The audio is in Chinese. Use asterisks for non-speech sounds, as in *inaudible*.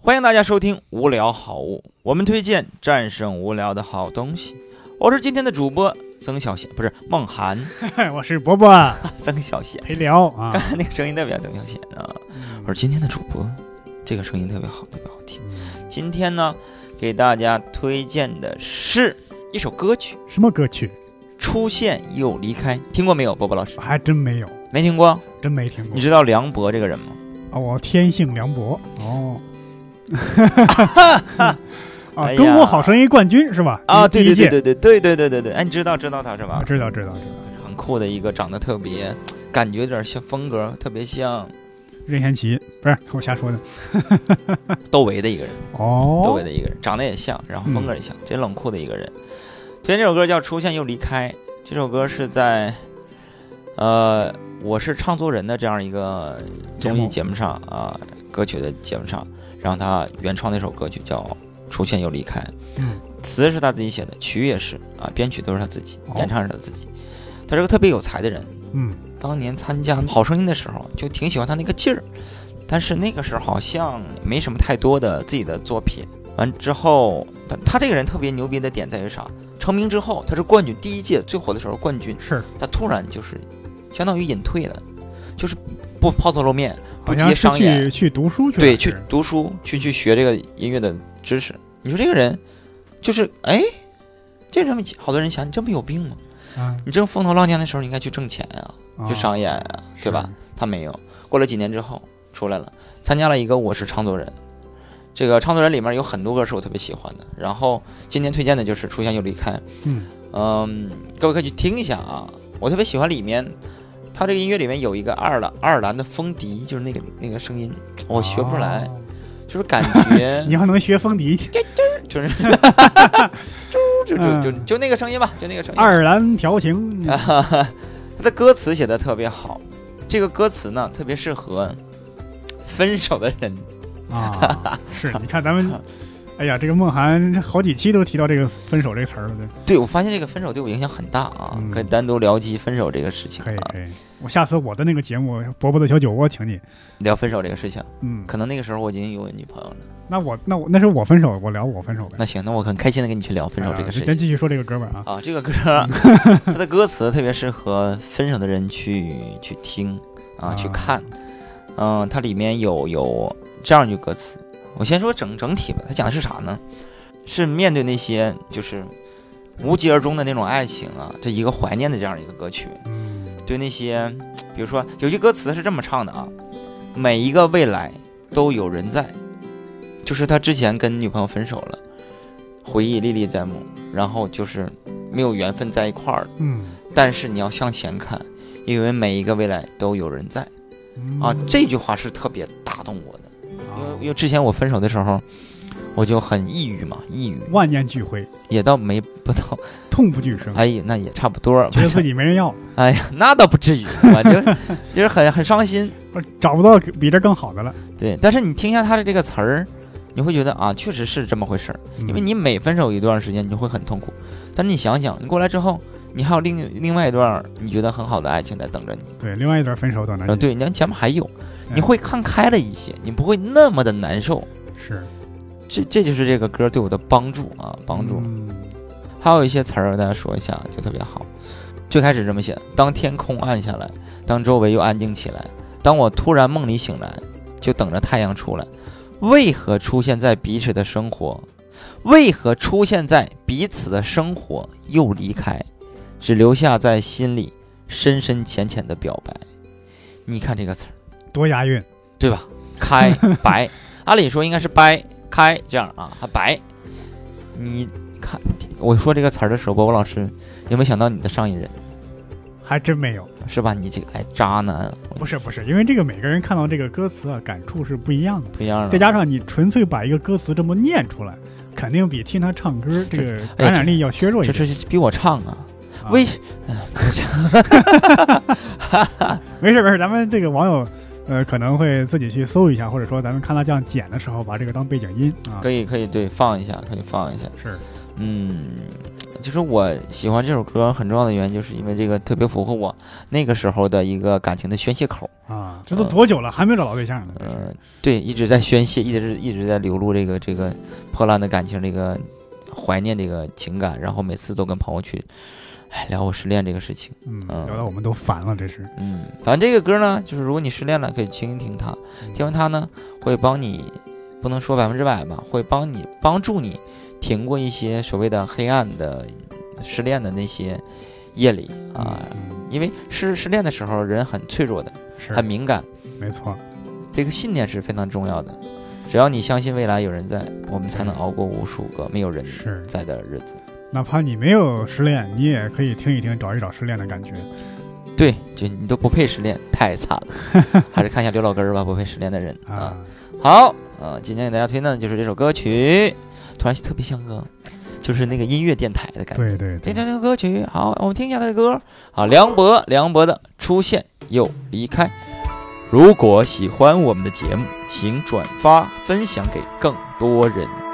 欢迎大家收听《无聊好物》，我们推荐战胜无聊的好东西。我是今天的主播曾小贤，不是梦涵， *laughs* 我是伯伯曾小贤。陪聊 *laughs* 啊嗯刚，才那个声音代表曾小贤啊，我是今天的主播，这个声音特别好，特别好听。今天呢，给大家推荐的是一首歌曲什么歌曲？ 《出现又离开》，听过没有，波波老师我？还真没有，没听过？真没听过你。知道梁博这个人吗？哦，我天性凉薄 *laughs* 哦。啊哎，呀中国好声音冠军是吧？啊，第对对一届对对对对对对对对，哎，你知道知道他是吧啊，？知道知道知道。很酷的一个，长得特别，感觉有点像风格，特别像任贤齐不是我瞎说的窦唯的一个人，窦哦唯的一个人，长得也像，然后嗯风格也像，贼冷酷的一个人。推荐这首歌叫《出现又离开》，这首歌是在，呃，我是唱作人的这样一个综艺节目上啊、歌曲的节目上，然后他原创那首歌曲叫《出现又离开》，嗯词是他自己写的，曲也是啊，编曲都是他自己哦，演唱是他自己。他是个特别有才的人，嗯当年参加《好声音》的时候，就挺喜欢他那个劲儿，但是那个时候好像没什么太多的自己的作品。完之后，他他这个人特别牛逼的点在于啥？成名之后，他是冠军，第一届最火的时候冠军，是他突然就是相当于隐退了，就是不抛头露面，不好像接是商演，去去读书去了对，是去读书，去去学这个音乐的知识。你说这个人，就是哎，这人好多人想你这不有病吗？啊你正风头浪尖的时候，你应该去挣钱啊，啊去商演啊，对吧？？是他没有。过了几年之后出来了，参加了一个《我是唱作人》，这个唱作人里面有很多歌是我特别喜欢的。然后今天推荐的就是《出现又离开》，嗯嗯，各位可以去听一下啊，我特别喜欢里面。他这个音乐里面有一个爱尔兰爱尔兰的风笛，就是那个那个声音，我学不出来，哦就是感 *laughs* 觉你要能学风笛去，就是就就就就就那个声音吧，就那个声音吧。*laughs* 爱尔兰调情啊，哈哈，他的歌词写的特别好，这个歌词呢特别适合分手的人。啊，是你看 *laughs* 咱们，哎呀，这个梦涵好几期都提到这个分手这个词儿了，对对，我发现这个分手对我影响很大啊，嗯可以单独聊及分手这个事情可以啊，可以。我下次我的那个节目《伯伯的小酒窝》请你，聊分手这个事情。嗯，可能那个时候我已经有女朋友了。那我那我那是我分手，我聊我分手呗。那行，那我很开心的跟你去聊分手这个哎呀事咱情。继续说这个哥们儿啊，啊，这个 *laughs* 歌，它的歌词特别适合分手的人去去听啊，啊去看。嗯，它里面有有这样一句歌词，我先说整整体吧。它讲的是啥呢？是面对那些就是无疾而终的那种爱情啊，这一个怀念的这样一个歌曲。嗯，对那些，比如说有句歌词是这么唱的啊：每一个未来都有人在，就是他之前跟女朋友分手了，回忆历历在目，然后就是没有缘分在一块儿了，嗯但是你要向前看，因为每一个未来都有人在嗯啊。这句话是特别打动我的，因哦为因为之前我分手的时候，我就很抑郁嘛，抑郁万念俱灰，也倒没不到， *laughs* 痛不欲生，哎呀，那也差不多，觉得自己没人要，哎呀，那倒不至于，我就是就是很很伤心。我找不到比这更好的了。对，但是你听一下他的这个词儿，你会觉得啊，确实是这么回事儿。因因为你每分手一段时间，你就会很痛苦。但是你想想，你过来之后，你还有另另外一段儿你觉得很好的爱情在等着你。对另外一段分手等然后着你，对，你看前面还有，你嗯会看开了一些，你不会那么的难受。是嗯这这就是这个歌对我的帮助啊，帮助。嗯还有一些词儿，大家说一下就特别好。最开始这么写：当天空暗下来，当周围又安静起来，当我突然梦里醒来，就等着太阳出来。为何出现在彼此的生活？为何出现在彼此的生活又离开，只留下在心里深深浅浅的表白？你看这个词儿，多押韵，对吧？ *laughs* 开白，按理说应该是掰开这样啊，还白。你看，我说这个词儿的时候，波波老师有没有想到你的上一任还真没有。是吧？你这个哎渣男，不是不是，因为这个每个人看到这个歌词啊，感触是不一样的。不一样了。再加上你纯粹把一个歌词这么念出来，肯定比听他唱歌这个哎感染力要削弱一这点。是比我唱啊，啊为没事没事，咱们这个网友，呃，可能会自己去搜一下，或者说咱们看辣酱剪的时候把这个当背景音啊。可以可以对放一下，可以放一下。是，嗯，就是我喜欢这首歌很重要的原因，就是因为这个特别符合我那个时候的一个感情的宣泄口。啊，这都多久了，还没有找到对象呢？这嗯、是对，一直在宣泄，一直一直在流露这个这个破烂的感情，这个怀念这个情感，然后每次都跟朋友去，哎，聊我失恋这个事情。嗯，嗯聊到我们都烦了，这是嗯，反正这个歌呢，就是如果你失恋了，可以听一听它，听完它呢，会帮你，不能说百分之百吧，会帮你帮助你挺过一些所谓的黑暗的失恋的那些夜里啊，嗯因为失失恋的时候人很脆弱的，是很敏感，没错，这个信念是非常重要的。只要你相信未来有人在，我们才能熬过无数个没有人是在的日子。哪怕你没有失恋，你也可以听一听，找一找失恋的感觉。对，就你都不配失恋，太惨了。 *laughs* 还是看一下刘老根儿吧，不配失恋的人啊。啊，好，呃，今天给大家推荐的就是这首歌曲，突然特别像个，就是那个音乐电台的感觉。对对这对，这首歌曲，好，我们听一下他的歌。好，梁博，梁博的《出现又离开》。如果喜欢我们的节目，请转发分享给更多人。